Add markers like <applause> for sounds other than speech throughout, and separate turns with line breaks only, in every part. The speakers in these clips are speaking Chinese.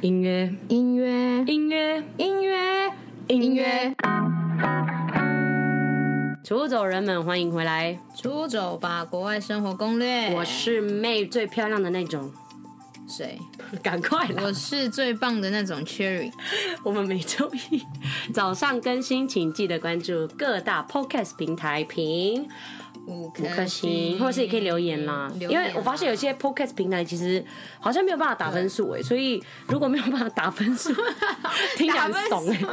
音乐，
音乐，
音乐，
音乐，
音乐。出走人们，欢迎回来！
出走吧，国外生活攻略。
我是妹，最漂亮的那种，
谁？
<laughs> 赶快啦！
我是最棒的那种 Cherry。
<laughs> 我们每周 <laughs> 一早上更新，请记得关注各大 podcast 平台评
五颗
五颗星，或者是也可以留言啦。
留
因
言啊
为我发现有些 podcast 平台其实好像没有办法打分数 <laughs> 哎、所以如果没有办法打分 <laughs> 数，听起来很怂哎、欸，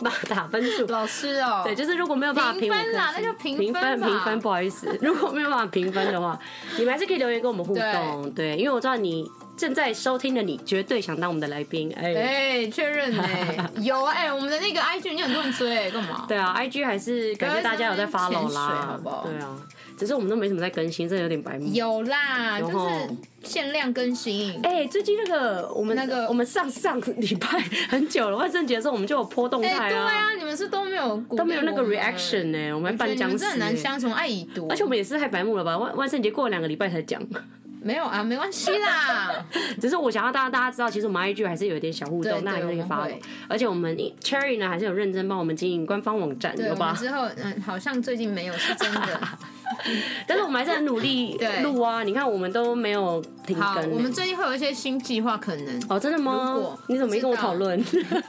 <laughs> 打打分数。
老师哦，
对，啊就是如果没有办法评
评分啦
五颗星
那就评
评
分吧
评分，不好意思， <laughs> 如果没有办法评分的话，你们还是可以留言跟我们互动，对，因为我知道你正在收听的你绝对想当我们的来宾，哎、
哎，确认
<laughs>
哎，有哎，我们的那个 IG 你很多人追，干嘛？
对啊，IG 还是感觉大家有在
不要在那
follow
边潜水
啦，
好不好
对啊，只是我们都没什么在更新，这有点白目。
有啦，就
有吼
是限量更新。
哎、最近那个我们
那个
我们上上礼拜很久了，万圣节的时候我们就有破动态
哎，对
啊，
啊，你们是都没有鼓励
都没有那个
我们
reaction 呢、我们还
对
办
你
僵
们
尸、
真的很难
欸。
相从爱已读，
而且我们也是太白目了吧？万万圣节过了两个礼拜才讲，
没有啊，没关系
<laughs>
啦。
只是我想要大家大家知道，其实我们 IG 还是有一点小互
对
动，那还是可以
对我们
follow
会。
而且我们 Cherry 呢还是有认真帮我们经营官方网站，
对，
有
我们
吧？
之后嗯，好像最近没有，是真的。
但是我们还是很努力
<laughs> 对
录啊！你看我们都没有停更
好，
欸、
我们最近会有一些新计划，可能
哦，真的
如果
吗？你怎么没跟我讨论？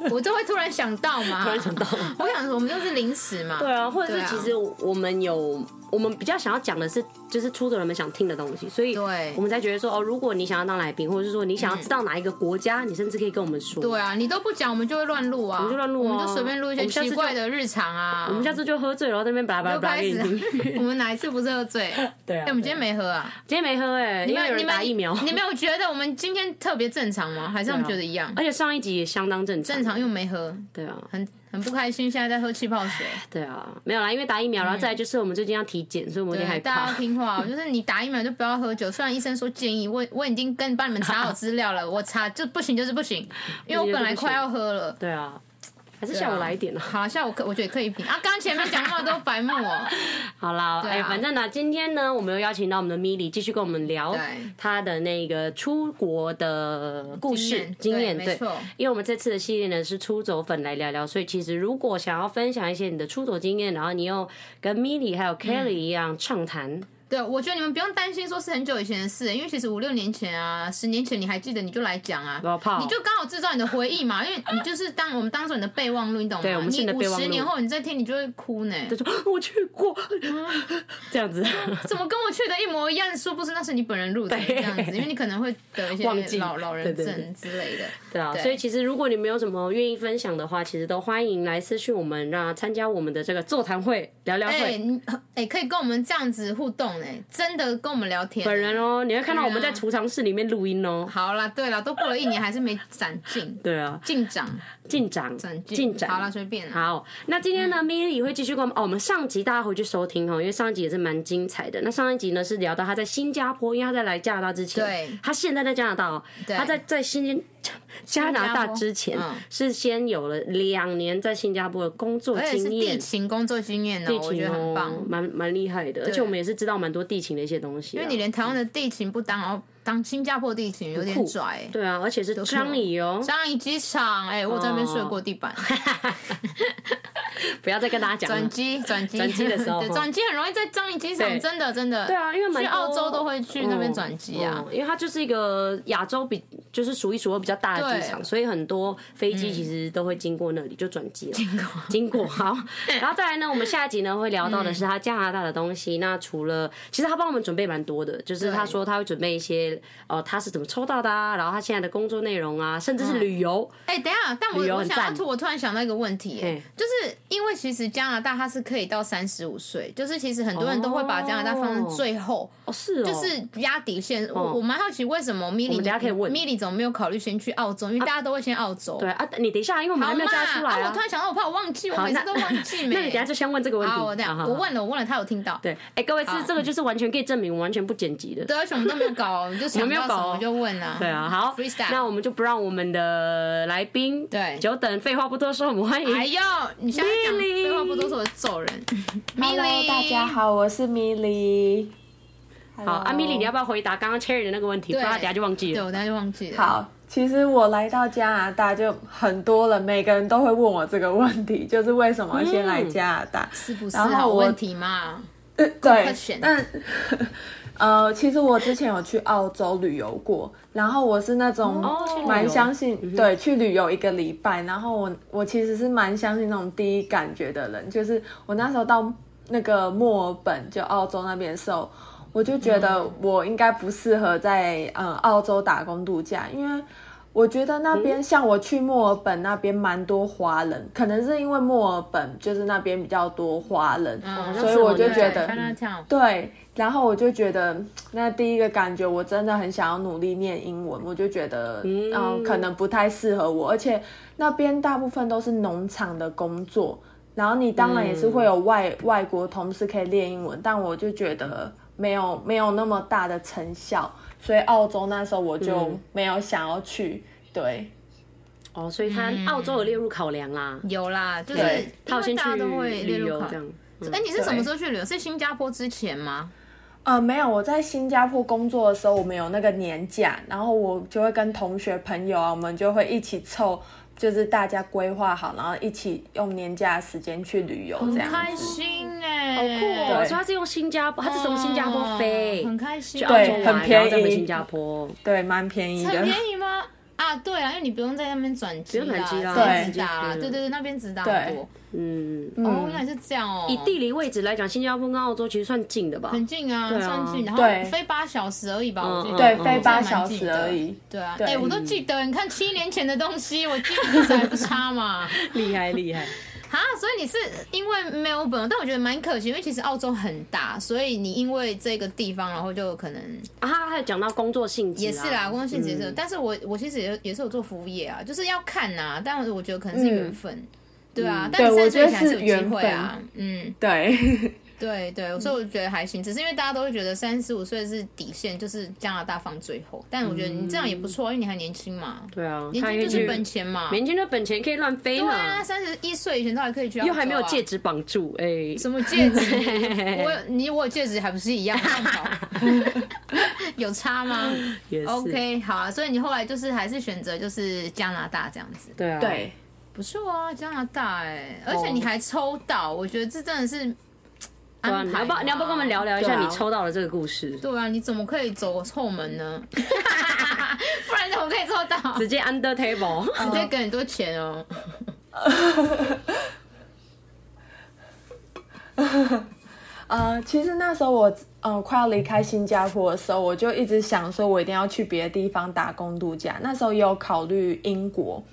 我就会突然想到嘛，突
然想到，
我想说我们就是临时嘛，
<laughs> 对啊，或者
对
是
啊
其实我们有，我们比较想要讲的是，就是出走人们想听的东西，所以
对
我们才觉得说，哦，如果你想要当来宾，或者是说你想要知道哪一个国家，你甚至可以跟我们说。
对啊，你都不讲，我们就会乱录啊，我
们就乱录啊
我们就随便录
我
一些
们下次
奇
就
怪的日常啊，
我们下次就喝醉，然后在那边巴拉巴拉
又
巴拉
开
给
始
你听。，
<laughs> 我们哪一次不是喝醉？
对啊
哎，我们今天没喝啊，
今天没喝哎，因为有人打疫苗，
你没有觉得我们今天特别正常吗？还是我们觉得一样？
而且上一集也相当正常。
正常又没喝，
对啊，
很很不开心，现在在喝气泡水。
对啊，没有啦，因为打疫苗，然后再来就是我们最近要体检，所以我们有点害
对，大家
怕
要。听
<laughs>
话哦，就是你打疫苗就不要喝酒。虽然医生说建议，我我已经跟帮你们查好资料
<laughs>
了，我查就不行就是不行，因为我本来快要喝了。
对啊，还是下午来一点啊。
好，下午可我觉得可以品啊。刚刚前面讲话都白
<laughs>
目哦，
好啦，
对
哎、
啊
反正呢，今天呢，我们又邀请到我们的米莉继续跟我们聊
对
她的那个出国的故事
经
经
验
验。
对
对
没错，
因为我们这次的系列呢是出走粉来聊聊，所以其实如果想要分享一些你的出走经验，然后你又跟米莉还有 Kelly 一样畅谈，
嗯对，哎我觉得你们不用担心说是很久以前的事，因为其实五六年前啊，十年前你还记得你就来讲啊
不，要怕哦
你就刚好制造你的回忆嘛，因为你就是当我们当做你的备忘录，你懂吗？
对我们是你的备忘录
五十年后你再听，你就会哭呢。
就说哦我去过，
嗯
<laughs> 这样子。
怎么跟我去的一模一样？说不是那是你本人录的
对
这样子，因为你可能会得一些
忘记
老老人
对对
症之类的。
对啊，所以其实如果你们有什么愿意分享的话，其实都欢迎来私讯我们，让参加我们的这个座谈会聊聊
哎、
会。
你哎、可以跟我们这样子互动哎、真的跟我们聊天。
本人哦，你会看到我们在储藏室里面录音哦。
啊好啦，对啦，都过了一年还是没长进，
对啊，
进展，
进展，
展
进展。
好啦，随便嗯啦。
好，那今天呢，Milly 会继续跟我们哦，我们上集大家回去收听哦，因为上一集也是蛮精彩的。那上一集呢是聊到他在新加坡，因为他在来加拿大之前，
对
他现在在加拿大哦，
对
他在在新加拿大之前、
嗯
是先有了两年在新加坡的工作
而且是
经
地
验。
勤工作经验呢、
地
我觉
勤
得很棒
哦，，蛮蛮厉害的，而且我们也是知道蛮多地勤的一些东西啊、
因为你连台湾的地勤不当，然后当新加坡地勤有点拽、欸。
对啊，而且是张仪哦，
樟宜机场，哎、我在那边睡过地板。
不要再跟大家讲
转
了。
机， <laughs> 转机，
转机的时候
对
哈
转机很容易在樟宜机场，
对
真的，真的。
对啊，因为蛮
去
多
澳洲都会去那边转机啊。
嗯因为它就是一个亚洲比就是数一数二比较大的机场，
对嗯
所以很多飞机其实都会经过那里就转机了。经过，经过，
<laughs>
好。然后再来呢，我们下一集呢会聊到的
嗯
是他加拿大的东西。那除了其实他帮我们准备蛮多的，就是他说他会准备一些呃他是怎么抽到的啊，然后他现在的工作内容啊，甚至是旅游。哦
哎、等一下，但
旅游
我我
很
想要
赞
突，我突然想到一个问题、
嘿
就是因为其实加拿大它是可以到三十五岁，就是其实很多人都会把加拿大放在最后，
哦，是哦，哦
就是压底线。我我蛮好奇为什么米莉，
们等一下可以问啊
米莉怎么没有考虑先去澳洲，因为大家都会先澳洲。
对啊，你等一下，因为我们还没有叫他出来
啊我突然想到，我怕我忘记，我
好
每
那
次都忘记
<laughs>
没。
那你等一下就先问这个问题。
好，我等一
好
下
好
我问了，我问了，他有听到。
对，哎、各位是这个就是完全可以证明我完全不剪辑的。
对，而且我们都没有搞，我们就想
没有
到什
搞
么就问啊。
对啊，好
freestyle
那我们就不让我们的来宾
对
久等，废话不多说，我们欢迎
哎呦，你现在讲
Millie
废话不多说，我就揍人。米
Hello，
莉，
大家。好，我是米莉。
啊好，阿米莉，你要不要回答刚刚 Cherry 的那个问题？不
对
然她等下就忘记
对，
了。
我等下就忘记了。
好，其实我来到加拿大就很多了，每个人都会问我这个问题，就是为什么先来加拿大？
是不是
然
好
后我
问题嘛？
呃， <laughs> 对
选，
但呃，其实我之前有去澳洲旅游过，然后我是那种
哦去旅游
蛮相信，对，去旅游一个礼拜，然后我我其实是蛮相信那种第一感觉的人，就是我那时候到那个墨尔本，就澳洲那边的时候。我就觉得我应该不适合在嗯澳洲打工度假，因为我觉得那边像我去墨尔本那边蛮多华人，可能是因为墨尔本就是那边比较多华人，
嗯
所以我就
对
觉得
Chinatown
对，然后我就觉得，那第一个感觉我真的很想要努力念英文，我就觉得，嗯、可能不太适合我，而且那边大部分都是农场的工作，然后你当然也是会有外、外国同事可以练英文，但我就觉得没有没有那么大的成效，所以澳洲那时候我就
嗯
没有想要去，对，
哦，所以他澳洲有列入考量啦，
有啦，就是
对
他
嗯因
有先
为
去
大家都会列
旅
入
游
考
这。样。嗯
哎，你是什么时候去旅游？是新加坡之前吗？
呃，没有，我在新加坡工作的时候，我们有那个年假，然后我就会跟同学朋友啊，我们就会一起凑，就是大家规划好，然后一起用年假的时间去旅游这样
开
子。
心哎，
好酷哦！所
对
以他是用新加坡，他是从新加坡飞
哦很开心，
去澳洲
对
玩，
很
然
便
后
宜
再回新加坡。
对，蛮便宜
很
的。
便宜吗？啊，对啊，因为你不用在那边转机啦，
不用转机啦
直接
对
直达啦，
直
对
接
对对，那边直达很多。
嗯，
哦，原来是这样哦，
以地理位置来讲，新加坡跟澳洲其实算近的吧？
很近啊，
对啊
算近，然
对
后飞八小时而已吧，我记得。
对，
嗯
飞
嗯
八
这样
小
蛮近
时
的
而已。
对啊，
对嗯
哎，我都记得，你看七年前的东西，我记得还不差
<laughs>
嘛。
<laughs> 厉害厉害！
啊，所以你是因为没有本，但我觉得蛮可惜，因为其实澳洲很大，所以你因为这个地方，然后就可能
<laughs> 啊，他还有讲到工作性质，啊
也是啦，工作性质也是有。
嗯
但是我我其实也也是有做服务业啊，就是要看呐、但我觉得可能是缘分。对啊，但
嗯对
你
我
三
觉得
岁前还
是
是有机
缘
会啊，嗯，
<laughs> 对，
对对，
嗯
所以我觉得还行，只是因为大家都会觉得三十五岁是底线，就是加拿大放最后，但我觉得你这样也不错，因为你还年轻嘛，
嗯对啊，
年
他
轻
也
就是本钱嘛，
年轻的本钱可以乱飞
对
嘛
啊，，三十一岁以前都还可以去、啊，
又还没有戒指绑住，哎， <laughs>
什么戒指？我有你我有戒指还不是一样吗？有 <laughs> 差吗
也是
？OK，好啊，所以你后来就是还是选择就是加拿大这样子，
对啊，
对，
不错啊，加拿大哎、而且你还抽到，我觉得这真的是
对啊，
安
你
排。
要不要你要不要跟我们？聊聊一
对
下
啊
你抽到的这个故事？
对啊，你怎么可以走后
<laughs>
门呢？不然怎么可以抽到？
直接 under table，
直接给很多钱哦。
呃，其实那时候我呃快要离开新加坡的时候，我就一直想说，我一定要去别的地方打工度假。那时候也有考虑英国，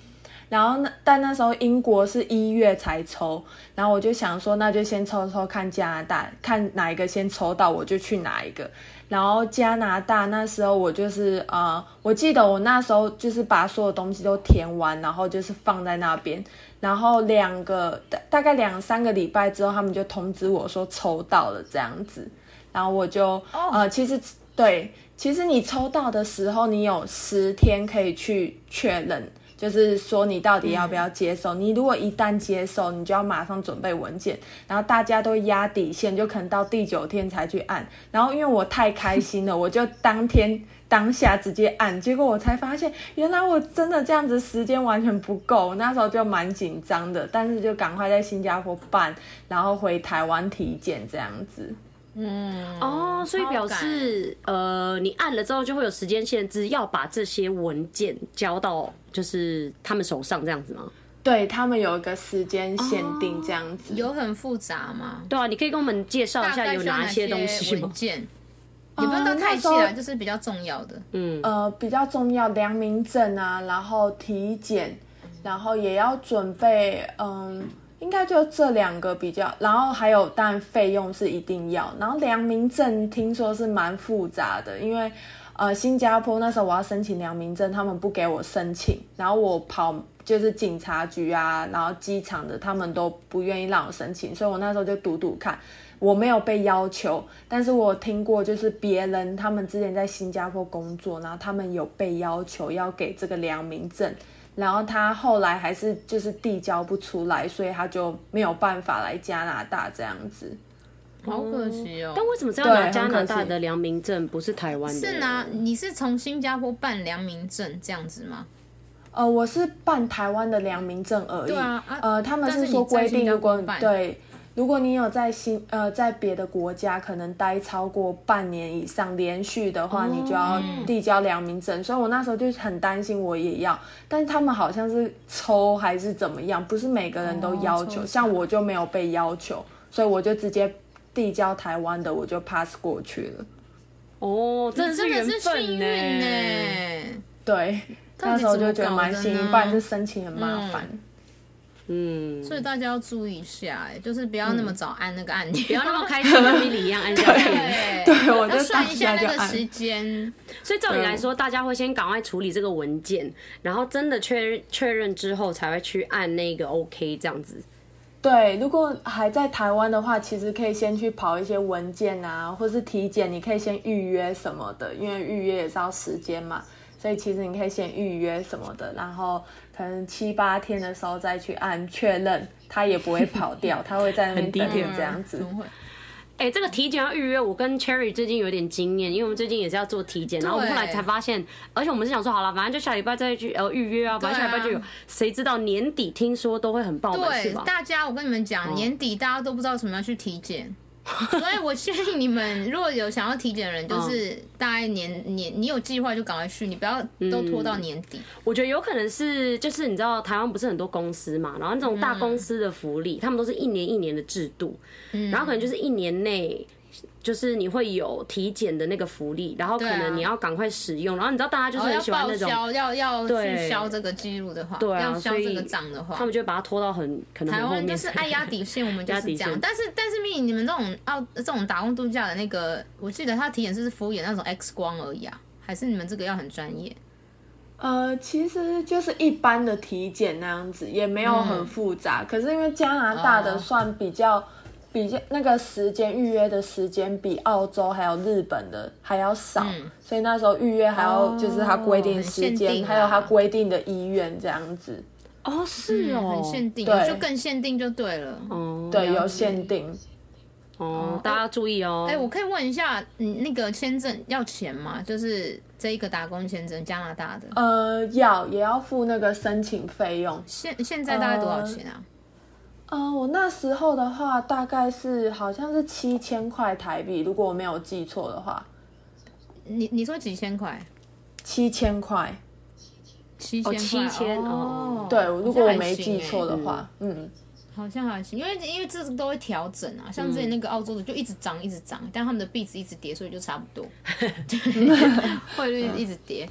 然后那但那时候英国是一月才抽，然后我就想说，那就先抽抽看加拿大，看哪一个先抽到我就去哪一个。然后加拿大那时候我就是呃，我记得我那时候就是把所有东西都填完，然后就是放在那边，然后两个大大概两三个礼拜之后，他们就通知我说抽到了这样子，然后我就、呃，其实对，其实你抽到的时候，你有十天可以去确认。就是说你到底要不要接受？你如果一旦接受，你就要马上准备文件，然后大家都压底线，就可能到第九天才去按。然后因为我太开心了，我就当天当下直接按，结果我才发现，原来我真的这样子时间完全不够。那时候就蛮紧张的，但是就赶快在新加坡办，然后回台湾体检这样子。
嗯，
哦，所以
超
表
感
示呃，你按了之后就会有时间限制，要把这些文件交到就是他们手上这样子吗？
对他们有一个时间限定这样子，
有很复杂吗？
对啊，你可以跟我们介绍一下有哪些东西
文
吗？哦
件？也不用到太细
那
了，
时候
就是比较重要的。
嗯，
呃比较重要良民证啊，然后体检，然后也要准备，嗯，应该就这两个比较，然后还有当然费用是一定要，然后良民证听说是蛮复杂的，因为呃新加坡那时候我要申请良民证，他们不给我申请，然后我跑。就是警察局啊，然后机场的他们都不愿意让我申请，所以我那时候就赌赌看，我没有被要求，但是我听过就是别人他们之前在新加坡工作，然后他们有被要求要给这个良民证，然后他后来还是就是递交不出来，所以他就没有办法来加拿大这样子。
好可惜哦。
但为什么是要拿
对
加
很可
拿大
惜
的良民证，不是台湾的？
是拿你是从新加坡办良民证这样子吗？
呃，我是办台湾的良民证而已。
对啊啊
呃，他们
但是
说
你在
规
新
定，
加
如果
坡办
对，如果你有在新呃在别的国家可能待超过半年以上连续的话，你就
哦
要递交良民证。所以我那时候就很担心，我也要，但是他们好像是抽还是怎么样，不是每个人都
哦
要
抽
求，
奖
像我就没有被要求，所以我就直接递交台湾的，我就 pass 过去了。
哦，真的
真的
缘
是幸
分
运
呢、
呢。
对，
底
那时候
怎么
就觉得
搞
蛮
的
幸运，
呢
不然就申请很麻烦。
嗯，
所以大家要注意一下，哎，就是不要那么早按那个按钮，不
不要那么开
<laughs>
心，跟米 <laughs> 里一样按下去。
对
对我就
要算一下
当下就
那个
按
时间，
所以照理来说，大家会先赶快处理这个文件，然后真的确认确认之后，才会去按那个 OK 这样子。
对，如果还在台湾的话，其实可以先去跑一些文件啊，或是体检，你可以先预约什么的，因为预约也是要时间嘛，所以其实你可以先预约什么的，然后可能七八天的时候再去按确认，它也不会跑掉，它会在那边
很
等你
detail
这样子。
不会
哎、这个体检要预约，我跟 Cherry 最近有点经验，因为我们最近也是要做体检，然后我们后来才发现，而且我们是想说好了，反正就下礼拜再去呃预约啊，反正下礼拜就有
对啊，
谁、知道年底听说都会很爆满是
对
吧，？嗯
大家，我跟你们讲，年底大家都不知道什么要去
<laughs>
体检，所以我建议你们如果有想要体检的人，
嗯
就是大概年年你有计划就赶快去，你不要都拖到年底。
我觉得有可能是，就是你知道台湾不是很多公司嘛，然后那种大公司的福利，他们都是一年一年的制度，
嗯
然后可能就是一年内。就是你会有体检的那个福利，然后可
对啊
能你要赶快使用，然后你知道大家就是
然后
很
要
喜欢
报
那种，
销，要要
对
去消这个记录的话，
对啊
要消这
所
个
以
账的话
他，们就会把它拖到很可能
台
很后
湾
面
就
才。
是爱压底线，我们
<laughs>
就
压
是
底
这样
线。
但是但是你们这种澳这种打工度假的那个，我记得他体检是敷衍那种 X 光而已啊，还是你们这个要很专业？
呃，其实就是一般的体检那样子，也没有很复杂。可是因为加拿大的
嗯哦
算比较、比较那个时间预约的时间比澳洲还有日本的还要少，所以那时候预约还要、
哦
就是它规定时
嗯很限
间，
定啊
还有它规定的医院这样子，
哦，是哦，
嗯很限定，
对
就更限定就对了。
哦，
对，
了
有
解
限定。
哦，大家要注意哦。
哎、我可以问一下，你那个签证要钱吗？就是这一个打工签证，加拿大
哦
的，
呃，要也要付那个申请费用。
现现在大概多少钱啊？
呃，我那时候的话大概是好像是七千块台币，如果我没有记错的话，
你你说几千块？
七千块。
七千块？
七千哦
对，如果我没记错
的，
的话，欸嗯，
好像还行，因为因为这个都会调整啊，像之
嗯
前那个澳洲的就一直涨一直涨，但他们的币值一直跌，所以就差不
<laughs>
多，对汇率一直跌。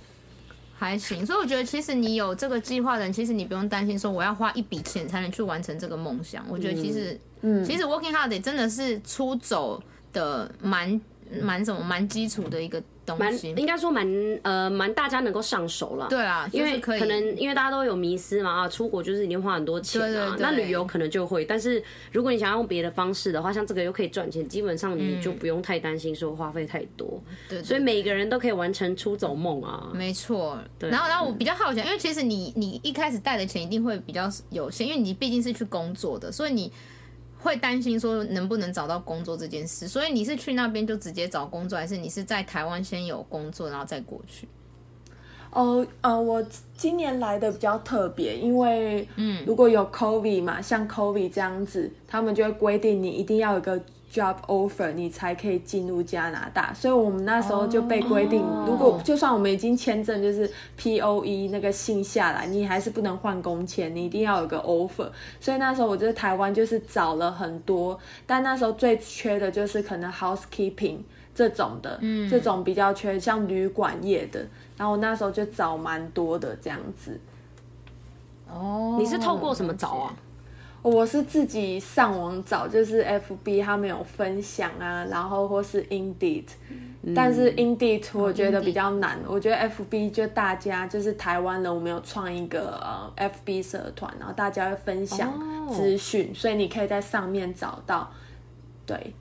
还行，所以我觉得其实你有这个计划的人，其实你不用担心说我要花一笔钱才能去完成这个梦想。我觉得其实，嗯，其实 working holiday 真的是出走的蛮蛮什么蛮基础的一个东
蛮
西。
应该说蛮呃蛮大家能够上手了。
对啊啦，
因为
就是可以
可能因为大家都有迷失嘛啊，出国就是一定花很多钱啊，
对对对
那旅游可能就会，但是如果你想要用别的方式的话，像这个又可以赚钱，基本上你就不用太担心说花费太多，
嗯对对
所以每个人都可以完成出走梦啊。
没错，然后然后我比较好奇，因为其实你你一开始带的钱一定会比较有限，因为你毕竟是去工作的，所以你会担心说能不能找到工作这件事。所以你是去那边就直接找工作，还是你是在台湾先有工作，然后再过去？
哦，呃，我今年来的比较特别，因为嗯，如果有 COVID 嘛，像 COVID 这样子，他们就会规定你一定要有一个 job offer，你才可以进入加拿大。所以我们那时候就被规定，
哦
如果就算我们已经签证就是 POE 那个信下来，你还是不能换工签，你一定要有个 offer。所以那时候我在台湾就是找了很多，但那时候最缺的就是可能 housekeeping。这种的，嗯，这种比较缺，像旅馆业的，然后我那时候就找蛮多的这样子。
哦，
你是透过什么找啊？
我是自己上网找，就是 FB 他们有分享啊，然后或是 Indeed，、但
嗯
是 Indeed
哦
我觉得比较难。我觉得 FB 就大家就是台湾人，我们有创一个呃 FB 社团，然后大家会分享
哦
资讯，所以你可以在上面找到。对，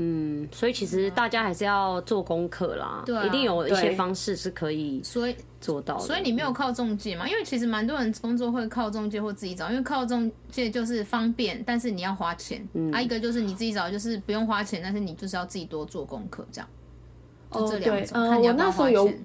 嗯，所以其实大家还是要做功课啦，
对啊
一定有一些
对
方式是可以
所以
做到的。
所以你没有靠中介嘛？因为其实蛮多人工作会靠中介或自己找，因为靠中介就是方便，但是你要花钱。啊，一个就是你自己找，就是不用花钱，但是你就是要自己多做功课这样。就这两
对
种，
嗯、
看你
我
要不
那
要
时候
花
有
钱。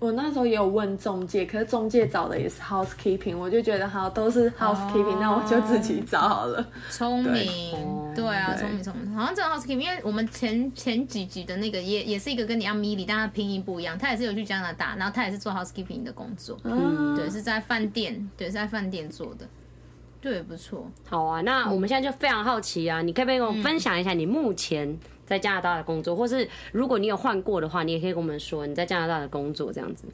我那时候也有问中介，可是中介找的也是 housekeeping，我就觉得好都是 housekeeping，、那我就自己找好了。
聪明，对啊，
对
聪明聪明。好像这个 housekeeping，因为我们前前几集的那个也也是一个跟你要 Milly，但他拼音不一样，他也是有去加拿大，然后他也是做 housekeeping 的工作，
啊
嗯，
对，是在饭店，对，是在饭店做的，对，不错。
好啊，
嗯
那我们现在就非常好奇啊，你可不可以跟我们分享一下你目前在加拿大的工作，或是如果你有换过的话，你也可以跟我们说你在加拿大的工作这样子。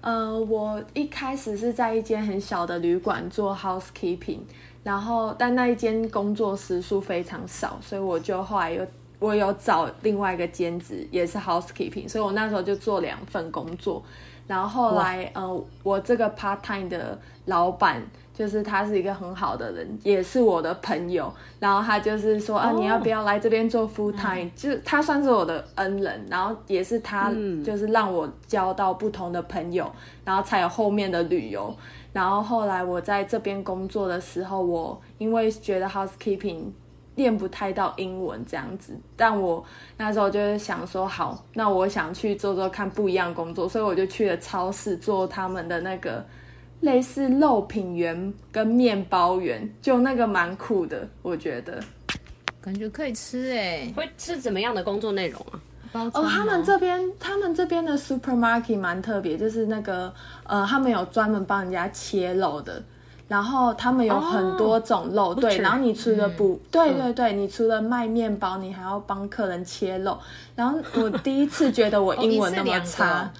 呃，我一开始是在一间很小的旅馆做 housekeeping，然后但那一间工作时数非常少，所以我就后来又我有找另外一个兼职，也是 housekeeping，所以我那时候就做两份工作。然后后来，呃，我这个 part time 的老板，就是他是一个很好的人，也是我的朋友。然后他就是说，啊，你要不要来这边做 full time？、就是他算是我的恩人，然后也是他，就是让我交到不同的朋友，然后才有后面的旅游。然后后来我在这边工作的时候，我因为觉得 housekeeping 练不太到英文这样子，但我那时候就是想说，好，那我想去做做看不一样的工作，所以我就去了超市做他们的那个类似肉品员跟面包员，就那个蛮酷的，我觉得。
感觉可以吃哎、
会是怎么样的工作内容啊？
包装
哦，他们
吗
这边他们这边的 supermarket 蛮特别，就是那个呃，他们有专门帮人家切肉的，然后他们有很多种肉，对，
butcher
然后你除了不，对对对，你除了卖面包，你还要帮客人切肉，然后我第一次觉得我英文那么差。
哦哦一次两个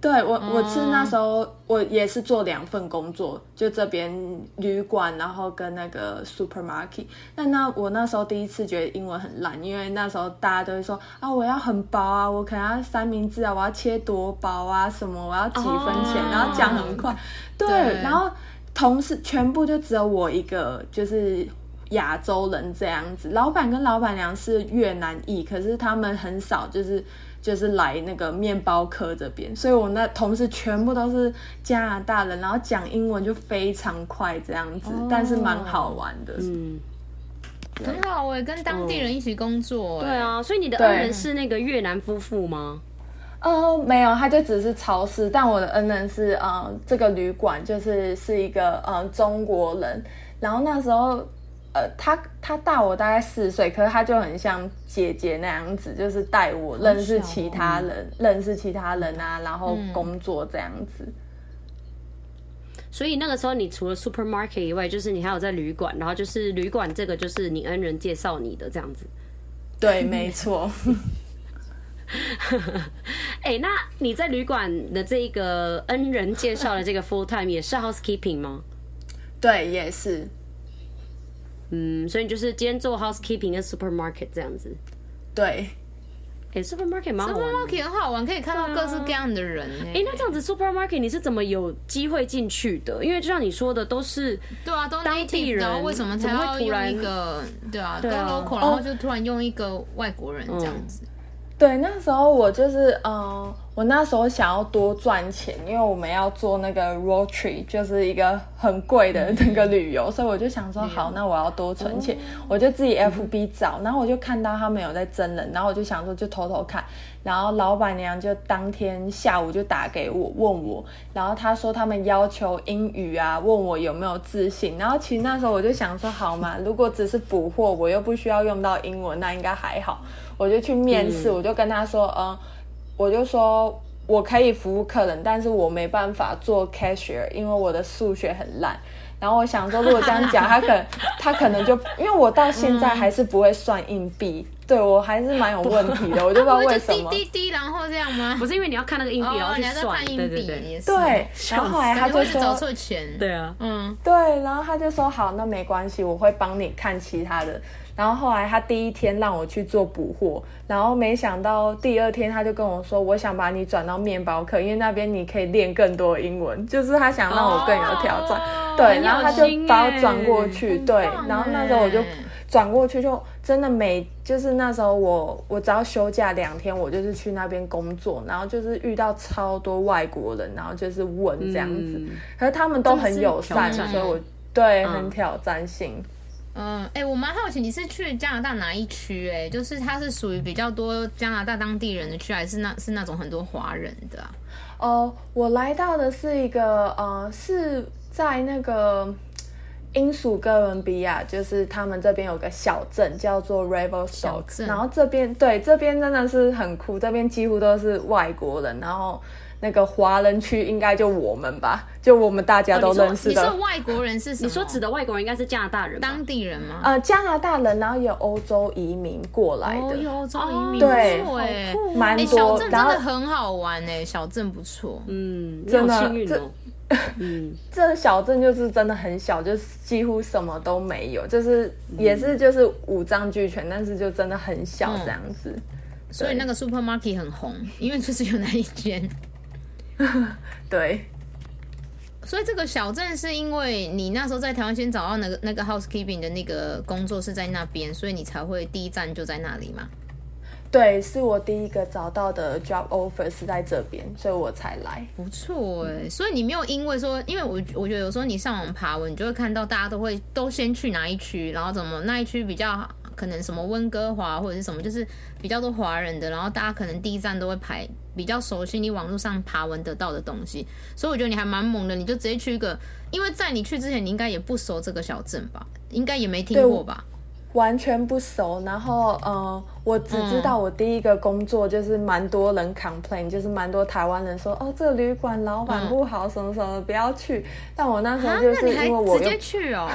对我，我是那时候我也是做两份工作，就这边旅馆，然后跟那个 supermarket。那那我那时候第一次觉得英文很烂，因为那时候大家都会说啊，我要很薄啊，我可能要三明治啊，我要切多薄啊，什么我要几分钱
哦
然后讲很快。对，
对
然后同事全部就只有我一个，就是亚洲人这样子。老板跟老板娘是越南裔，可是他们很少就是就是来那个面包科这边，所以我那同事全部都是加拿大人，然后讲英文就非常快这样子，
哦
但是蛮好玩的。
嗯，
很好哎、跟当地人一起工作、欸
对，啊，所以你的
对
恩人是那个越南夫妇吗？
呃，没有，他就只是超市。但我的恩人是，呃，这个旅馆就是是一个呃中国人。然后那时候，呃，他他大我大概四岁，可是他就很像姐姐那样子，就是带我认识其他人，认识其他人啊，然后工作这样子。
所以那个时候你除了 supermarket 以外，就是你还有在旅馆，然后就是旅馆这个就是你恩人介绍你的这样子。 <laughs>
对，没错。 <laughs>
哎、那你在旅馆的这一个恩人介绍的这个 full time 也是 housekeeping 吗？
对，也是。
嗯，所以你就是今天做 housekeeping 跟 supermarket 这样子。
对，
哎、s u p e r m a r k e t 蛮好玩的。
，supermarket 很好玩，可以看到各式各样的人哎、
哎、啊那这样子 supermarket 你是怎么有机会进去的？因为就像你说的，都是
对啊，都
当地
native 的
人
然后为什么才
怎么会
要
突
用
然
一个对啊，都
啊
local，然后就突然用一个外国人这样子，
对，那时候我就是，嗯、我那时候想要多赚钱，因为我们要做那个 road trip，就是一个很贵的那个嗯旅游，哦嗯所以我就想说，好，那我要多存钱，我就自己 FB 找，然后我就看到他们有在真人，然后我就想说就偷偷看，然后老板娘就当天下午就打给我问我，然后她说他们要求英语啊，问我有没有自信，然后其实那时候我就想说，好嘛，如果只是补货，我又不需要用到英文，那应该还好。我就去面试，我就跟他说，嗯，我就说我可以服务客人，但是我没办法做 cashier，因为我的数学很烂。然后我想说，如果这样讲，他可
<laughs>
能他可能就因为我到现在还是不会算硬币，对我还是蛮有问题的，我就不知道
不
为
会
什
<laughs> 就滴
么。
滴滴，然后这样吗？
不是因为你要看那个硬币，然
哦
后，去
你还在
算，
看硬
对对
币
对，
也是，
对，然后后来他
感觉
就
会是找
说，
错钱，
对啊，
嗯，
对，然后他就说好，那没关系，我会帮你看其他的。然后后来他第一天让我去做补货，然后没想到第二天他就跟我说，我想把你转到面包课，因为那边你可以练更多英文，就是他想让我更有挑战。
哦
对，
很
然后他
有
就
心
把
耶
我转过去，对
很棒，
然后那时候我就
欸
转过去就真的每就是那时候我我只要休假两天，我就是去那边工作，然后就是遇到超多外国人，然后就是问这样子，
嗯
可是他们都很友
真的
善，
是挑战
所以我对、很挑战性。
嗯，哎、我蛮好奇你是去加拿大哪一区？哎，就是它是属于比较多加拿大当地人的区，还是那是那种很多华人的啊？
哦，我来到的是一个呃，是在那个英属哥伦比亚，就是他们这边有个小镇叫做 Revelstoke，
镇
然后这边对这边真的是很酷，这边几乎都是外国人，然后那个华人区应该就我们吧，就我们大家
哦
都
你说
认识
你
的。
说外国人是什么？
你说指的外国人应该是加拿大人吧
当地人吗？
呃，加拿大人，然后也有欧洲移民过来的，
哦，有欧洲移
哦
民，
对
不错哎
好酷哦
蛮
哎，
多
小镇真
然后
的很好玩哎，小镇不错。
嗯，你好
真的
幸运哦。嗯，
这小镇就是真的很小，就是几乎什么都没有，就是也
嗯
是就是五脏俱全，但是就真的很小这样子。
嗯所以那个 supermarket 很红，因为就是有那一间。
对，
所以这个小镇是因为你那时候在台湾先找到那个那个 housekeeping 的那个工作是在那边，所以你才会第一站就在那里嘛。
对，是我第一个找到的 job offer 是在这边，所以我才来。
不错哎、所以你没有因为说，因为我我觉得有时候你上网爬文，你就会看到大家都会都先去哪一区，然后怎么那一区比较可能什么温哥华或者是什么，就是比较多华人的，然后大家可能第一站都会排比较熟悉你网络上爬文得到的东西，所以我觉得你还蛮猛的，你就直接去一个，因为在你去之前你应该也不熟这个小镇吧，应该也没听
对
过
我
吧？
完全不熟，然后呃，我只知
嗯
道我第一个工作就是蛮多人 complain，、就是蛮多台湾人说哦，这个旅馆老板不好，什么什么不要去。但我那时候就
嗯啊那
是
你
因
还
为我
直
又
接去
<laughs>
哦、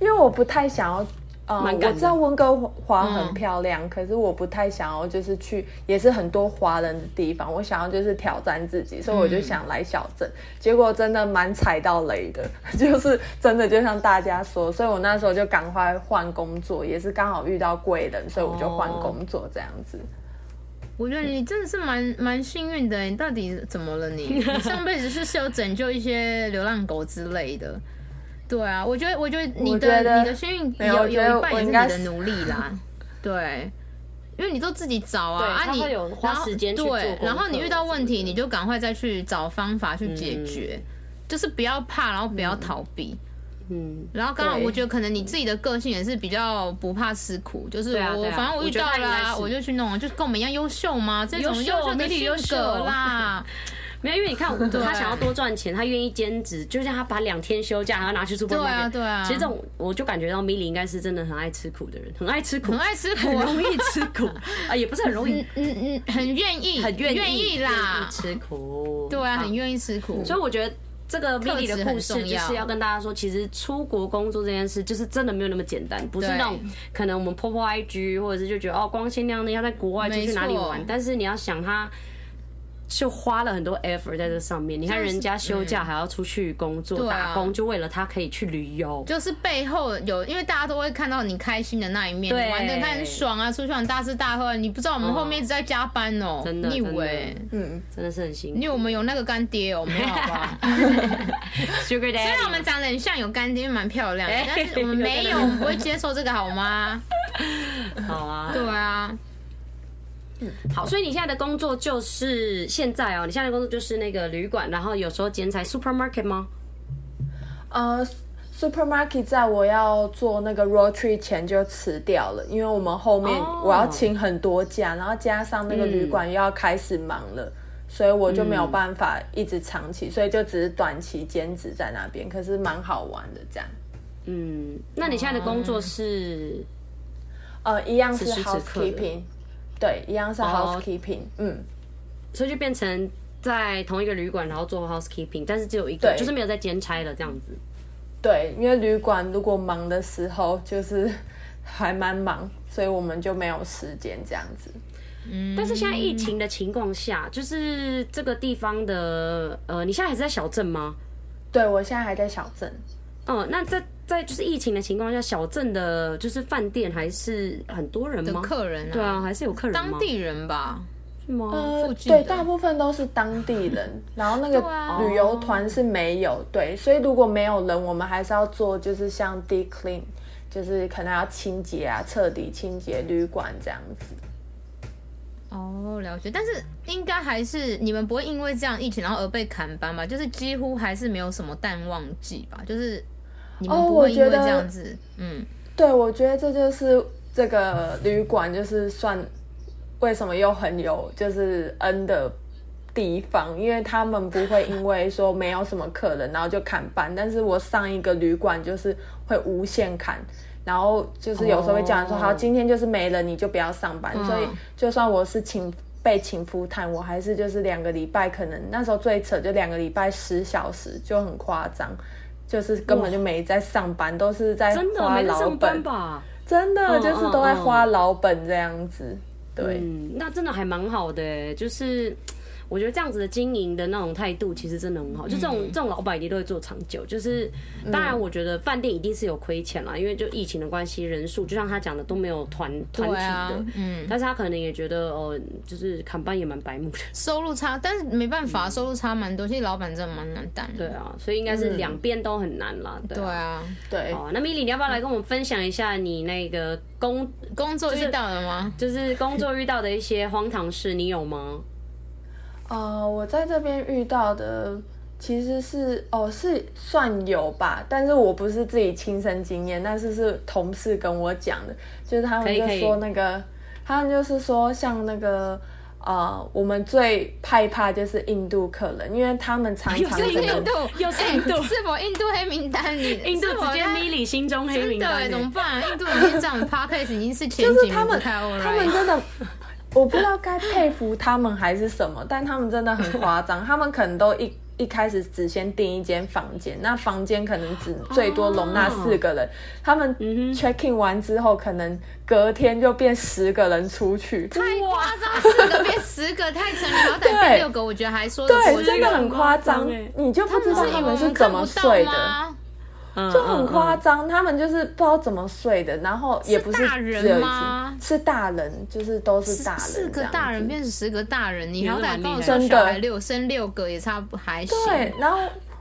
因为我不太想要。呃，
蛮
我
赶的嗯
知道温哥华很漂亮，可是我不太想要，就是去也是很多华人的地方，我想要就是挑战自己，所以我就想来小镇。
嗯
结果真的蛮踩到雷的， <laughs> 就是真的就像大家说，所以我那时候就赶快换工作，也是刚好遇到贵人，所以我就换
哦
工作这样子。
我觉得你真的是蛮蛮幸运的，你到底怎么
<laughs>
了你？你上辈子是不是有拯救一些流浪狗之类的？对啊，我觉得我觉得你
我
的
觉得
你的幸运
没有
有
我觉得
有一半也
我
是
应
你
该
的
是
努力
<laughs>
啦，对。因为你都自己找啊，
对
啊
他
你
会有花
然后
时间去做
对，
功
然后你
课
遇到问
什
题，
么的
你就赶快再去找方法去解决，
嗯
就是不要怕，然后不要逃避。
嗯，
然后刚好
对
我觉得可能你自己的个性也是比较不怕吃苦，就是我、
对啊对啊
反正我
我
遇到
觉得他应
啦，
该是
我就去弄，就跟我们一样优秀嘛，这种
优秀
秀的
美女
性
优秀
格啦，
没有，因为你看，
<laughs> 啊
他想要多赚钱，他愿意兼职，就像他把两天休假，然后拿去 supermarket。
对啊对啊
其实这种，我就感觉到 Milly 应该是真的很爱吃苦的人，很爱
<laughs>
吃苦，
很爱吃苦
很
啊，
容易吃苦啊，也不是很容易，
<laughs> 嗯嗯，很愿意，
很愿意
愿意啦
愿意，吃苦。
对啊，很
意。
愿意吃苦，
所以我觉得。这个
特
Milly
质
的
很
故事
重
就
要
是要跟大家说，其实出国工作这件事，就是真的没有那么简单，不是
对
那种可能我们破破 IG 或者是就觉得哦光鲜亮丽要在国外就
没
去哪里
错
玩，但是你要想他就花了很多 effort 在这上面。你看人家休假还要出去工作、
嗯对
打
啊
工，就为了他可以去旅游。
就是背后有，因为大家都会看到你开心的那一面，
对
你玩的那很爽啊，出去玩大吃大喝，你不知道我们后面一直在加班哦、
真的
你以为
真
嗯，
真的是很辛
你
苦。
以为我们有那个干爹哦、没有好不好？
Sugar
<laughs> 虽然我
Daddy，
们长得很像，有干爹，蛮漂亮的
哎，
但是我们没有，我们不会接受这个，
<laughs>
好吗？
好啊，
对啊，
好，所以你现在的工作就是现在哦，你现在的工作就是那个旅馆，然后有时候剪彩 supermarket 吗？
呃，supermarket 在我要做那个 road trip 前就辞掉了，因为我们后面
哦
我要请很多假，然后加上那个旅馆又要开始忙了。所以我就没有办法一直长
嗯
期，所以就只是短期兼职在那边，可是蛮好玩的这样。
嗯，那你现在的工作是
呃，一样是
此时此刻的哦
housekeeping，对，一样是 housekeeping，、嗯，
所以就变成在同一个旅馆，然后做 housekeeping，但是只有一个，
对
就是没有在兼差了这样子。
对，因为旅馆如果忙的时候就是还蛮忙，所以我们就没有时间这样子。
但是现在疫情的情况下，就是这个地方的呃，你现在还是在小镇吗？
对我现在还在小镇，
嗯，那在在就是疫情的情况下，小镇的就是饭店还是很多人吗？
客人
对啊，还是有客人吗
当地人吧，
是吗？
呃
哦附，近的
对，大部分都是当地
<laughs>
人，然后那个
对啊
旅游团是没有，对，所以如果没有人，我们还是要做就是像 deep clean，就是可能要清洁啊，彻底清洁旅馆这样子。
哦，了解。但是应该还是你们不会因为这样疫情然后而被砍班吧？就是几乎还是没有什么淡旺季吧？就是你们
哦
不
我
会因
觉
为这
得
样子，嗯，
对，我觉得这就是这个旅馆就是算为什么又很有就是恩的地方，因为他们不会因为说没有什么客人，然后就砍班。但是我上一个旅馆就是会无限砍。然后就是有时候会叫人说
哦
好，今天就是没了，你就不要上班。
嗯
所以就算我是请被请夫探，我还是就是两个礼拜，可能那时候最扯就两个礼拜十小时，就很夸张，就是根本就没在上班，都是在
真的
花
没在
老
上班
本。
吧？
真的
嗯
就是都在花老本这样子。对，
嗯，那真的还蛮好的欸、就是。我觉得这样子的经营的那种态度，其实真的很好。就这
嗯
种、这种老板一定都会做长久。就是当然，我觉得饭店一定是有亏钱啦，因为就疫情的关系，人数就像他讲的都没有团团体
对
的。
啊，嗯，
但是他可能也觉得哦，就是砍班也蛮白目的，
收入差，但是没办法，收入差蛮多，其实老板真的蛮难当
嗯对
的。
啊，所以应该是两边都很难啦，对
嗯对
啊。
啊，
对，
哦，那米莉，你要不要来跟我们分享一下你那个工，
工作遇到了吗？
就是工作遇到的一些荒唐事，你有吗？
呃，我在这边遇到的其实是哦，是算有吧，但是我不是自己亲身经验，但是是同事跟我讲的，就是他
可
们
以
就
可以
说那个，他们就是说像那个。呃，我们最害怕就是印度客人，因为他们常
有
常
哎这
是
个
整
印度，
个
又是印度
哎是否印度黑名单？哎你
印度
是否
直接
他
米莉心中黑
真
名
的
单
哎，
欸，
怎么办？印度已经占 p a r k a s 已经是前
就是
几
他
名，不
们，
太 all
他们
right。
真 <laughs> 的，我不知道该佩服他们还是什么，但他们真的很夸 <laughs> 张，他们可能都一。一开始只先订一间房间，那房间可能只最多容纳四个人。他们 check in 完之后，可能隔天就变十个人出去。
太夸张，四个变十个，太成了，好歹
对
变六个，我觉得还说得过
对，
去
真的很夸张
很夸张欸，
你就不知道
是以为
他
我
们是
们
怎
看
么
不
睡
到
的，
吗？
嗯
就很夸
嗯
张。他们就是不知道怎么睡的，然后也不是
大人
只有一
吗
次，是大人，就是都是大人这样子，
四个大人变十个大人，你好歹帮我
真
生
的
小孩六生六个也差不还行。
对，然后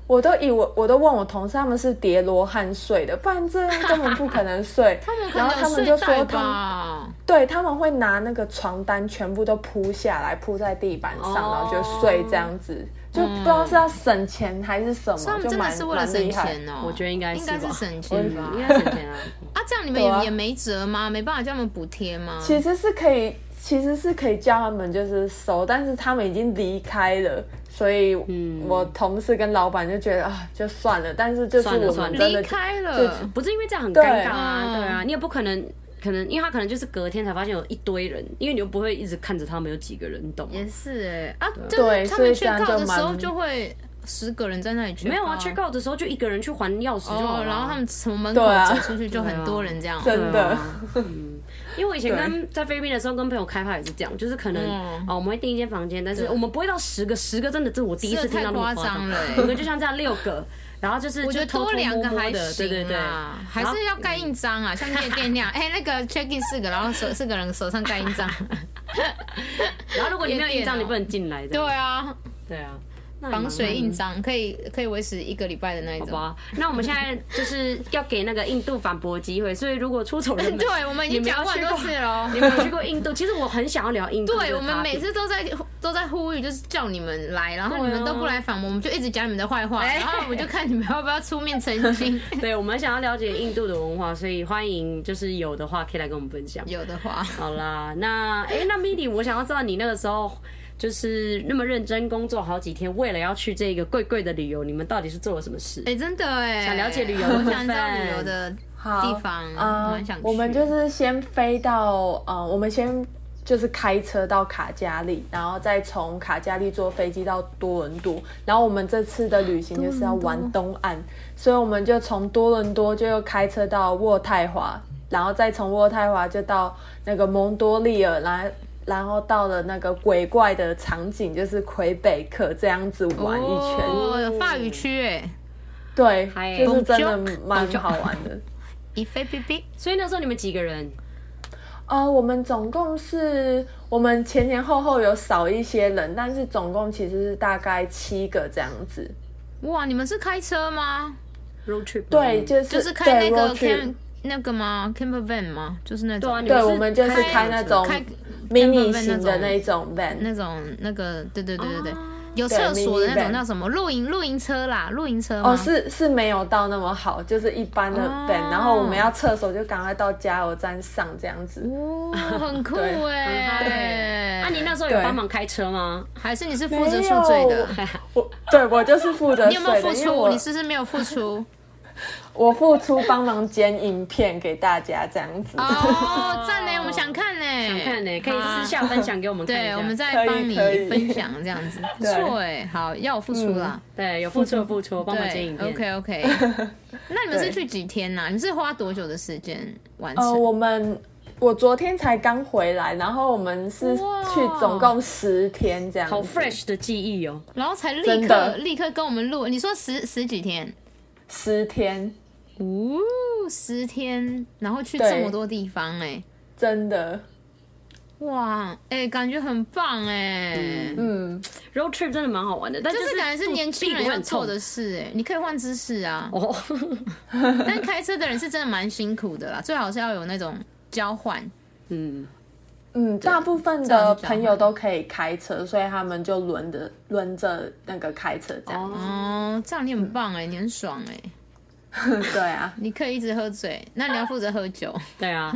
我都以为我都问我同事他们是叠罗汉睡的，不然这样根本不可能睡。
<laughs> 他们可能
然后他
有
们就
睡袋
说他们
吧？
对他们会拿那个床单全部都铺下来铺在地板上，
哦
然后就睡这样子，就不知道是要省钱还是什
所以他
么，
们
就
真的
蛮
是为了
蛮
省
厉害。
钱哦、
我觉得应该是
应该
吧
是省钱吧
嗯。应该省
<laughs>
钱啊。
啊，这样你们
对啊
也也没辙吗？没办法叫他们补贴吗？
其实是可以，其实是可以叫他们就是收，但是他们已经离开了，所以
嗯
我同事跟老板就觉得啊，就算了。但是就是
算了
我
算
们
了
真
离
的
开
就
了，
不是因为这样很
对
尴尬啊，
嗯
对啊，你也不可能，可能因为他可能就是隔天才发现有一堆人，因为你又不会一直看着他们有几个人，你懂吗？
也是哎、啊，
对
就是他
所以
们
这
去
样
告
就
的时候
蛮
就会十个人在那里去，
没有啊，check out 啊的时候就一个人去还钥匙就好
哦
了，
然后他们从门口
对啊
走出去就很多人这样，
真
对
的。
啊嗯因为我以
<laughs>
前跟在菲律宾的时候，跟朋友开趴也是这样，就是可能
嗯
哦，我们会订一间房间，但是我们不会到十个，十个真的这是我第一次
这个
听到那么
太夸张了欸
我们就像这样六个，然后就是
我觉
就
得
偷
多
偷
两
摸
个
摸
还
的，对对
行
对，
啦，还
然后
是要盖印章啊，像夜店
<laughs>
那样。哎，那个 check in 四个，然后手四个人手上盖印章。
然后如果你没有印章，
夜店哦
你不能进来的，
对啊，
对啊，那也蛮
防水印
蛮
章可以可以维持一个礼拜的那一
好
种。
吧，那我们现在就是要给那个印度反驳机会，所以如果出丑人们，
<laughs> <laughs> 对，我们已经
你们
讲过很多次了
<laughs>
哦
你。们有去过印度？其实我很想要聊印度这个 topic。
对，我们每次都在 <laughs> 都在呼吁，就是叫你们来，然后你
啊
们都不来访问，我们就一直讲你们的坏话，
哎
然后我们就看你们要不要出面澄
<laughs>
清。
对，我们想要了解印度的文化，所以欢迎就是有的话可以来跟我们分享。
有的话，
好啦，那哎、诶那 Midi，我想要知道你那个时候就是那么认真工作好几天，为了要去这个贵贵的旅游，你们到底是做了什么事？
哎，真的哎，
想了解旅游的
我
部
想知道旅游
分
的
好
地方
啊
蛮想
我们
去
就是先飞到呃，我们先就是开车到卡加利，然后再从卡加利坐飞机到多伦多。然后我们这次的旅行就是要玩东岸，所以我们就从多伦多就又开车到渥太华，然后再从渥太华就到那个蒙多利尔，然后然后到了那个鬼怪的场景，就是魁北克这样子玩一圈。
哦，法语区哎，
对
嗨，
就是真
Bonjour
的蛮好玩的。
一飞 B B，
所以那时候你们几个人？
呃，我们总共是我们前前后后有少一些人，但是总共其实是大概七个这样子。
哇，你们是开车吗？
road trip 吗
对，就是
嗯就是开那
对
个
road trip
cam 那个吗？camper van 吗？就是那种
对啊你
对，
是
我们就是
开
开那种
开
迷
camper
你
van
型的那一种 van，
那种那个，对对对对对，有
对
厕所的
mini
那种
van
叫什么露营露营车啦，露营车吗
哦，是是没有到那么好，就是一般的
哦
van，然后我们要厕所就赶快到加油站上这样子。
哦，很酷
对
哎！
啊，你那时候有帮忙开车吗？
还是你是负责宿醉的？
我对我就是负
<laughs>
责
你有没有
睡
付
的，因为
出？
我
你是不是没有付
<laughs>
出？
我付出帮忙剪影片给大家这样子。
哦，赞呢，我们想看呢，
想看呢、可以
好啊
私下分享给我们看一
对，
下。
我们再帮你
可以可以
分享这样子，不
<laughs> 对嗯
错哎，好，要我付出啦。
对有付出有付出，帮忙剪
对
影片。
，OK OK。那
<laughs>
你们是去几天啊呐？你们是花多久的时间完
呃，
成？
我们我昨天才刚回来，然后我们是
哇
去总共十天这样子。
好 fresh 的记忆哦、
然后才立
真
刻
的
立刻跟我们录，你说十十几天？
十天，
哦，十天，然后去
对
这么多地方哎。
真的，
哇，哎、感觉很棒哎、
嗯，
r o a d trip 真的蛮好玩的，但
就是是感觉是
肚
年轻
屁
人
股
要
很
做
痛，
的事哎、你可以换姿势啊
哦。 <laughs>
但开车的人是真的蛮辛苦的啦，最好是要有那种交换。
嗯，
嗯，大部分
这样
的
是交换
朋友都可以开车，所以他们就轮着轮着那个开车这样。
哦，
哦，这样你很棒哎、你很爽哎、
<laughs> 对啊，
你可以一直喝醉，那你要负责喝酒，
对啊。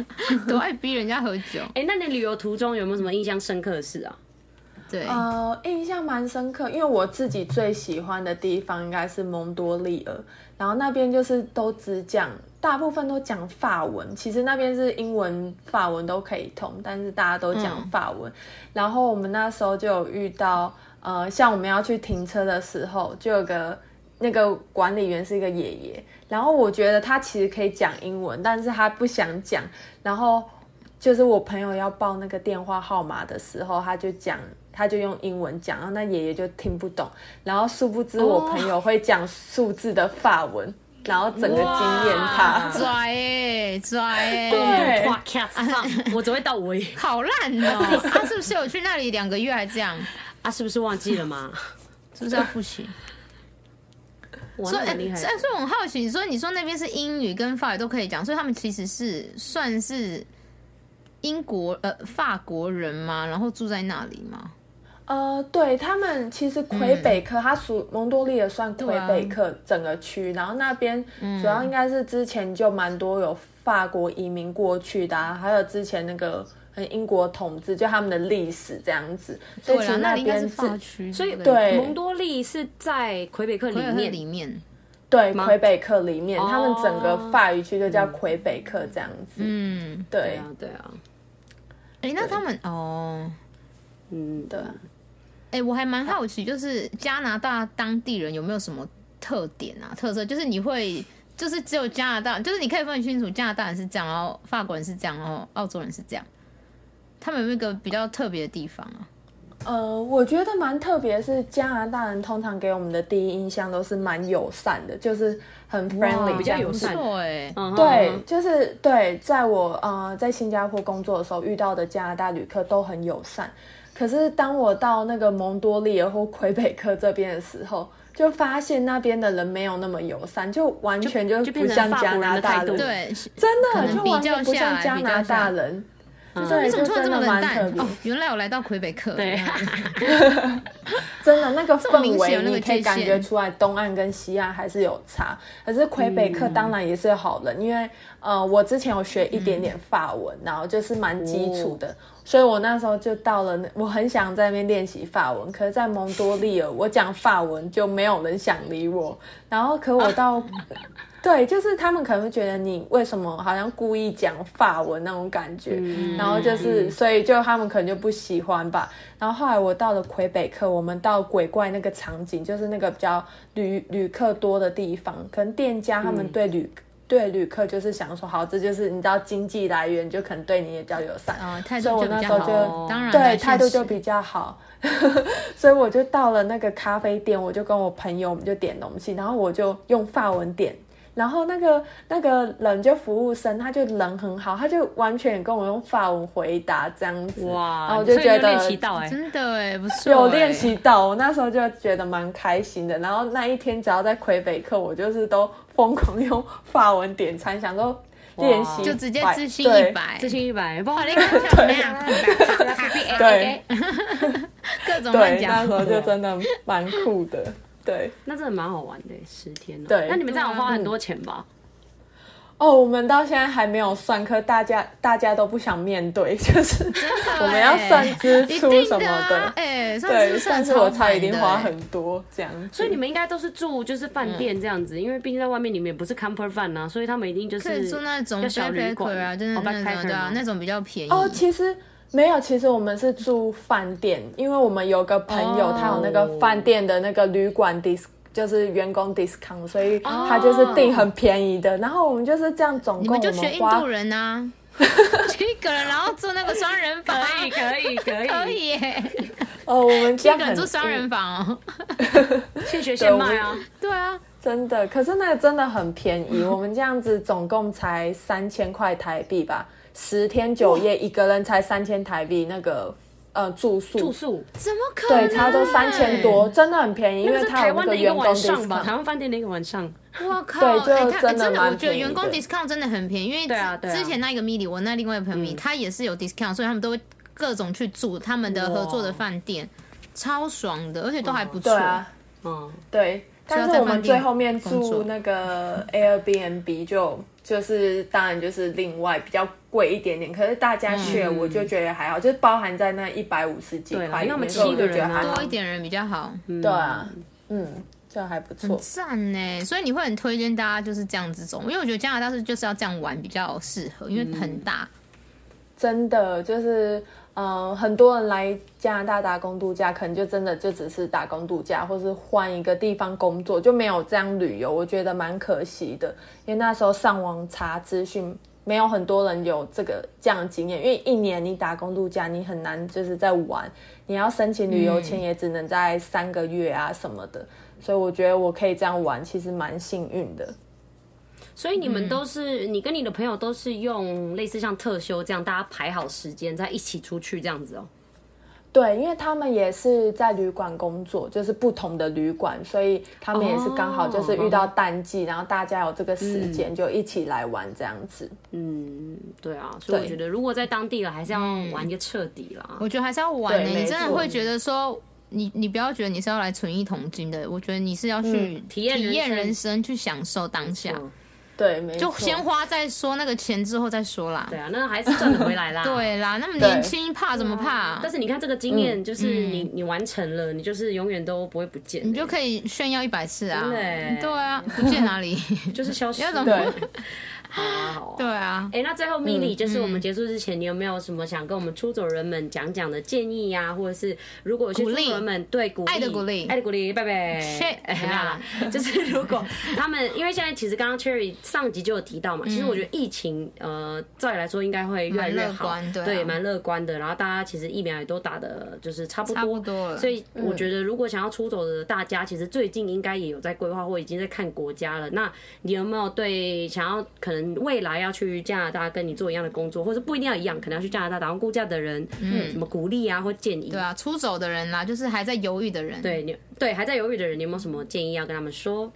多爱逼人家喝酒。
哎、那你旅游途中有没有什么印象深刻的事啊？
对，
呃，印象蛮深刻，因为我自己最喜欢的地方应该是蒙多利尔，然后那边就是都只讲，大部分都讲法文，其实那边是英文、法文都可以通，但是大家都讲法文。然后我们那时候就有遇到，呃，像我们要去停车的时候，就有个那个管理员是一个爷爷，然后我觉得他其实可以讲英文，但是他不想讲，然后就是我朋友要报那个电话号码的时候，他就讲，他就用英文讲，然后那爷爷就听不懂，然后殊不知我朋友会讲数字的法文，然后整个惊艳他 <laughs>
哇。
拽哎、拽哎、
对
哇，卡上，我只会到
<laughs>
尾
好烂哦、他是不是有去那里两个月还这样？
啊，是不是忘记了
<laughs>
吗？
是不是要复习？
哇，
所以，
那
哎、
很厉害
所以所以我很好奇，所以你说那边是英语跟法语都可以讲，所以他们其实是算是英国呃法国人吗？然后住在那里吗？
呃，对他们其实魁北克，它属蒙多利尔算魁北克整个区，然后那边主要应该是之前就蛮多有法国移民过去的、啊，还有之前那个。呃英国统治就他们的历史这样子，所以
对
其
啦
实，
那里应该
边
是
是
法区，
所以
对
蒙多利是在魁北克里
魁北克
面，
里面，
对，
吗
魁北克里面，
哦
他们整个法语区就叫魁北克这样子。
嗯，
对
对
啊，对啊，
哎、那他们哦，
嗯，
对，
哎、我还蛮好奇，就是加拿大当地人有没有什么特点啊、特色？就是你会，就是只有加拿大，就是你可以分清楚加拿大人是这样，然后法国人是这样，然后澳洲人是这样，他们有没有一个比较特别的地方啊？
呃，我觉得蛮特别，是加拿大人通常给我们的第一印象都是蛮友善的，就是很 friendly，
比较
这样
友
子
善
不错哎、
嗯哼
对，就是对，在我呃在新加坡工作的时候遇到的加拿大旅客都很友善，可是当我到那个蒙多利尔或魁北克这边的时候，就发现那边的人没有那么友善，就完全就
就变
不
成
像
法
加
国人
拿
的
大
态度
人，
对，
真
可
的
能
就
比
完
较
全不
下来
像加
比
拿
较下
大
来
人，
嗯
对，
你怎么突
就
然这
真
么
的
冷
蛮
淡
特？别
哦，原来我来到魁北克。
对
原来 <laughs>
真的那个
这么明
氛
显
围
有，那个
你可以
界
感
限
觉出来东岸跟西岸还是有差。可是魁北克当然也是好
嗯
人，因为呃，我之前有学一点点法文，然后就是蛮基础
哦
的，所以我那时候就到了那，我很想在那边练习法文。可是，在蒙多利尔，我讲法文就没有人想理我。然后，可我到。对，就是他们可能会觉得你为什么好像故意讲法文那种感觉，然后就是所以就他们可能就不喜欢吧。然后后来我到了魁北克，我们到鬼怪那个场景，就是那个比较旅旅客多的地方，可能店家他们对旅。对旅客就是想说，好，这就是你知道经济来源，就可能对你也比较友善。
啊，态
所以
度
我
就比
那
较
时候
好
就
哦，当然
对
了
态度
现
就
实
比较好， <laughs> 所以我就到了那个咖啡店，我就跟我朋友我们就点东西，然后我就用法文点，然后那个那个人就服务生，他就人很好，他就完全跟我用法文回答这样子，
哇，
哦
然后我就
所以
觉
你有
得
练习到哎、
真的哎，不错哎，
有练习到，我那时候就觉得蛮开心的。然后那一天只要在魁北克，我就是都疯狂用法文点餐，想说练习，
就直接自信
对
一百，
自信一百，不
好
好
嘞，
嘞，
漂亮，
<laughs>
<laughs>
对
各种乱
对，那
讲
时。候就真的蛮酷的。对，
那真的蛮好玩的，十天哦。
对嗯
那你们这样有花很多钱吧？
哦，我们到现在还没有算，可大家大家都不想面对， <laughs> 就是我们要算支
一
出
定
什么
的啊，哎，算
对，
是
算
算
是
超
我猜
烦
一定
的
花
哎
很多这样子。
所以你们应该都是住就是饭店这样子，因为毕竟在外面你们也不是 camper 饭呐，所以他们一定就
可以
是
住那种
要小旅馆
backpacker 啊，就是
哦
那种
backpacker
对啊
吗，
那种比较便宜。
哦，其实没有，其实我们是住饭店，因为我们有个朋友，
哦
他有那个饭店的那个旅馆 dis。就是员工 discount，所以他就是订很便宜的。然后哦我们就是这样，总
你
共
们
我
就学印
花
度人呐，去一个人，然后住那个双人房，
可以可以可以，
<laughs> 可以耶，
哦，我们这
一
样
个
很
人住双人房哦。
现学现卖啊。
对啊，
真的，可是那个真的很便宜。我们这样子总共才三千块台币吧，十天九夜一个人才三千台币，那个呃住宿
住宿，
怎么可能？
对，差不多三千多，真的很便宜，因
那
为
是
他
台
有那
湾的一
员
个
工
晚上吧，台
discount。
湾饭店的一个晚上。
我靠！
对就
哎他
真的
真的，
蛮
我觉得
便宜
员工
的
discount 真的很便宜，因为
对啊对啊
之前那一个 midi，我那另外一个朋友
嗯
midi，、他也是有 discount，所以他们都会各种去住他们的合作的饭店，超爽的，而且都还不错。
对啊，
嗯，
对。但
在
是我们
饭店
最后面
工作
住那个 Airbnb 就就是当然就是另外比较贵一点点，可是大家去我就觉得还好，就是包含在那一百五十几
对啦
块
因为
里
我
面，
们
所以我
七个
就觉得
人啊嗯
还好
多一。点人比较好，
对啊，嗯，这还不错。
赞呢！所以你会很推荐大家就是这样子走，因为我觉得加拿大是就是要这样玩比较适合，因
嗯
为很大。
真的就是，呃，很多人来加拿大打工度假，可能就真的就只是打工度假，或是换一个地方工作，就没有这样旅游，我觉得蛮可惜的。因为那时候上网查资讯，没有很多人有这个这样的经验，因为一年你打工度假，你很难就是在玩，你要申请旅游签也只能在三个月啊什么的，所以我觉得我可以这样玩，其实蛮幸运的。
所以你们都是，你跟你的朋友都是用类似像特休这样，大家排好时间再一起出去这样子哦。
对，因为他们也是在旅馆工作，就是不同的旅馆，所以他们也是刚好就是遇到淡季，然后大家有这个时间就一起来玩这样子。
嗯，对啊，所以我
对
觉得如果在当地了，还是要玩一个彻底啦。
嗯我觉得还是要玩呢、
对
你
没
真的
错
会觉得说，你你不要觉得你是要来存一桶金的，我觉得你是要去
嗯
体验人
体验
生
人生，去享受当下。
嗯
对，没
就
错。
先花再说，那个钱之后再说啦
对。啊，那还是赚得回来
<laughs>
啦。。
对啊啦，那么年轻怕什么怕？
啊但是你看这个经验，就是你、你完成了，你就是永远都不会不见，
嗯你就可以炫耀一百次啊！
真的欸
对啊，不见哪里？ <laughs>
就是消失。
要怎么
对，
好啊好啊
对啊，嗯
哎、那最后 Milly，、就是我们结束之前，你有没有什么想跟我们出走人们讲讲的建议呀、或者是如果有些
鼓
出
励
走人们对鼓励、
爱的鼓励
爱的鼓励，拜拜。
Shit，
哎没有啦 <laughs> 就是如果他们，因为现在其实刚刚 Cherry 上集就有提到嘛，
嗯
其实我觉得疫情，呃，照理来说应该会越来越好，
蛮乐观对啊
对，蛮乐观的。然后大家其实疫苗也都打的，就是差不多，
差不多了嗯
所以我觉得，如果想要出走的大家，其实最近应该也有在规划或已经在看国家了。那你有没有对想要可能未来要去加拿大跟你做一样的工作，或者不一定要一样，可能要去加拿大打工度假的人，嗯，什么鼓励啊或建议？
对啊，出走的人啦，就是还在犹豫的人，，
对你对还在犹豫的人，你有没有什么建议要跟他们说？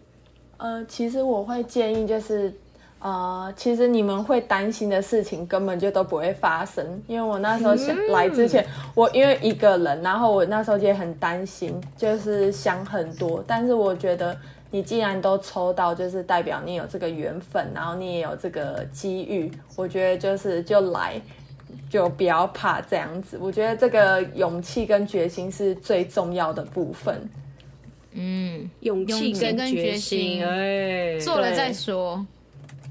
呃，其实我会建议就是，呃，其实你们会担心的事情根本就都不会发生，因为我那时候想来之前，我因为一个人，然后我那时候也很担心，就是想很多，但是我觉得。你既然都抽到，就是代表你有这个缘分，然后你也有这个机遇，我觉得就是就来，就不要怕这样子。我觉得这个勇气跟决心是最重要的部分。
嗯，
勇气
勇气跟
决
决心
哎，
做了
对
再说，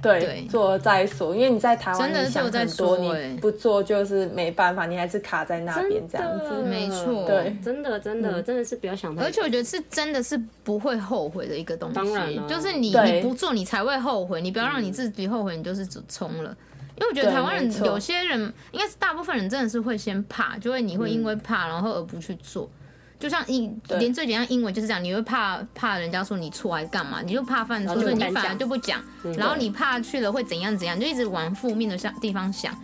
对，
对
做了再说，因为你在台湾，
真的
你想
做再
很
说
多，
欸
你不做就是没办法，你还是卡在那边这样子。
没错
对
真的真的真的是不要想太多，
而且我觉得是真的是不会后悔的一个东西，
当然啊嗯啦
就是你
对
你不做你才会后悔，你不要让你自己后悔，你就是只冲了。因为我觉得
对
台湾
没
人
错
有些人，应该是大部分人真的是会先怕，就会你
嗯
会因为怕然后而不去做。就像英，连最简单英文就是这样，你会怕怕人家说你错还是干嘛，你就怕犯错，
然后就
所以
不
你
敢
反而
讲嗯
就不讲，然后你怕去了会怎样怎样，就一直往负面的想地方想，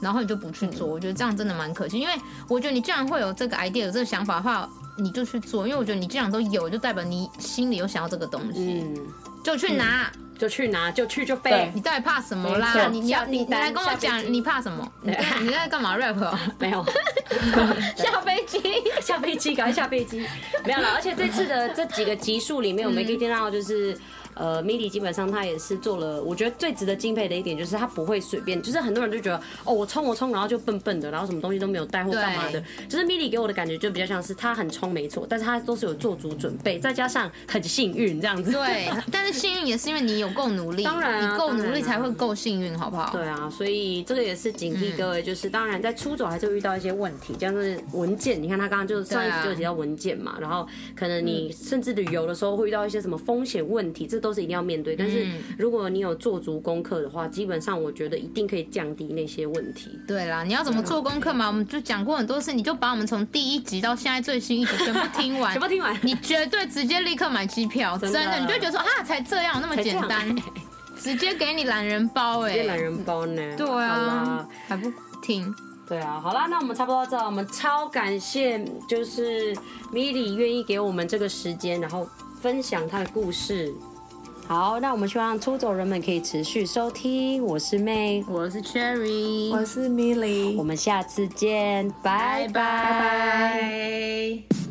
然后你就不去
嗯
做。我觉得这样真的蛮可惜，因为我觉得你既然会有这个 idea 有这个想法的话，你就去做，因为我觉得你既然都有，就代表你心里有想要这个东西。
嗯，
就去拿。
就去拿，就去就飞
对。
你到底怕什么
没
啦？
错
你你要
下
你
订
你
单
来跟我
下飞
讲，
机
你怕什么？你在你在干嘛 rap？哦
<laughs> 没有，
<laughs> 下飞机，
<laughs> 下飞机，赶快下飞机！没有了，而且这次的这几个集数里面，我们可以听到就是。呃，MIDI 基本上他也是做了，我觉得最值得敬佩的一点就是他不会随便，就是很多人就觉得哦，我冲我冲，然后就笨笨的，然后什么东西都没有带或干嘛的。就是 MIDI 给我的感觉就比较像是他很冲没错，但是他都是有做足准备，再加上很幸运这样子。
对，但是幸运也是因为你有够努力，
当然啊
你够努
当然
力
啊
才会够幸运，好不好？
对啊，所以这个也是警
嗯
惕各位，就是当然在出走还是会遇到一些问题，像是文件，你看他刚刚就上一集
对啊
就有提到文件嘛，然后可能你甚至旅游的时候会遇到一些什么风险问题，这都是一定要面对。但是
嗯
如果你有做足功课的话，基本上我觉得一定可以降低那些问题。
对啦，你要怎么做功
啊
课嘛？我们就讲过很多次，你就把我们从第一集到现在最新一集全部听完
<laughs> 全，部听完，
你绝对直接立刻买机票，真
的
的，你就觉得说啊，才这样，那么
才这
简
样
单，直接给你懒人包哎、
这懒人包呢？
对
好啦
啊，还不听，
对啊，好啦，那我们差不多到这，我们超感谢就是 Milly 愿意给我们这个时间，然后分享她的故事。好，那我们希望出走人们可以持续收听，我是妹，
我是 Cherry，
我是 Milly，
我们下次见，拜拜。
拜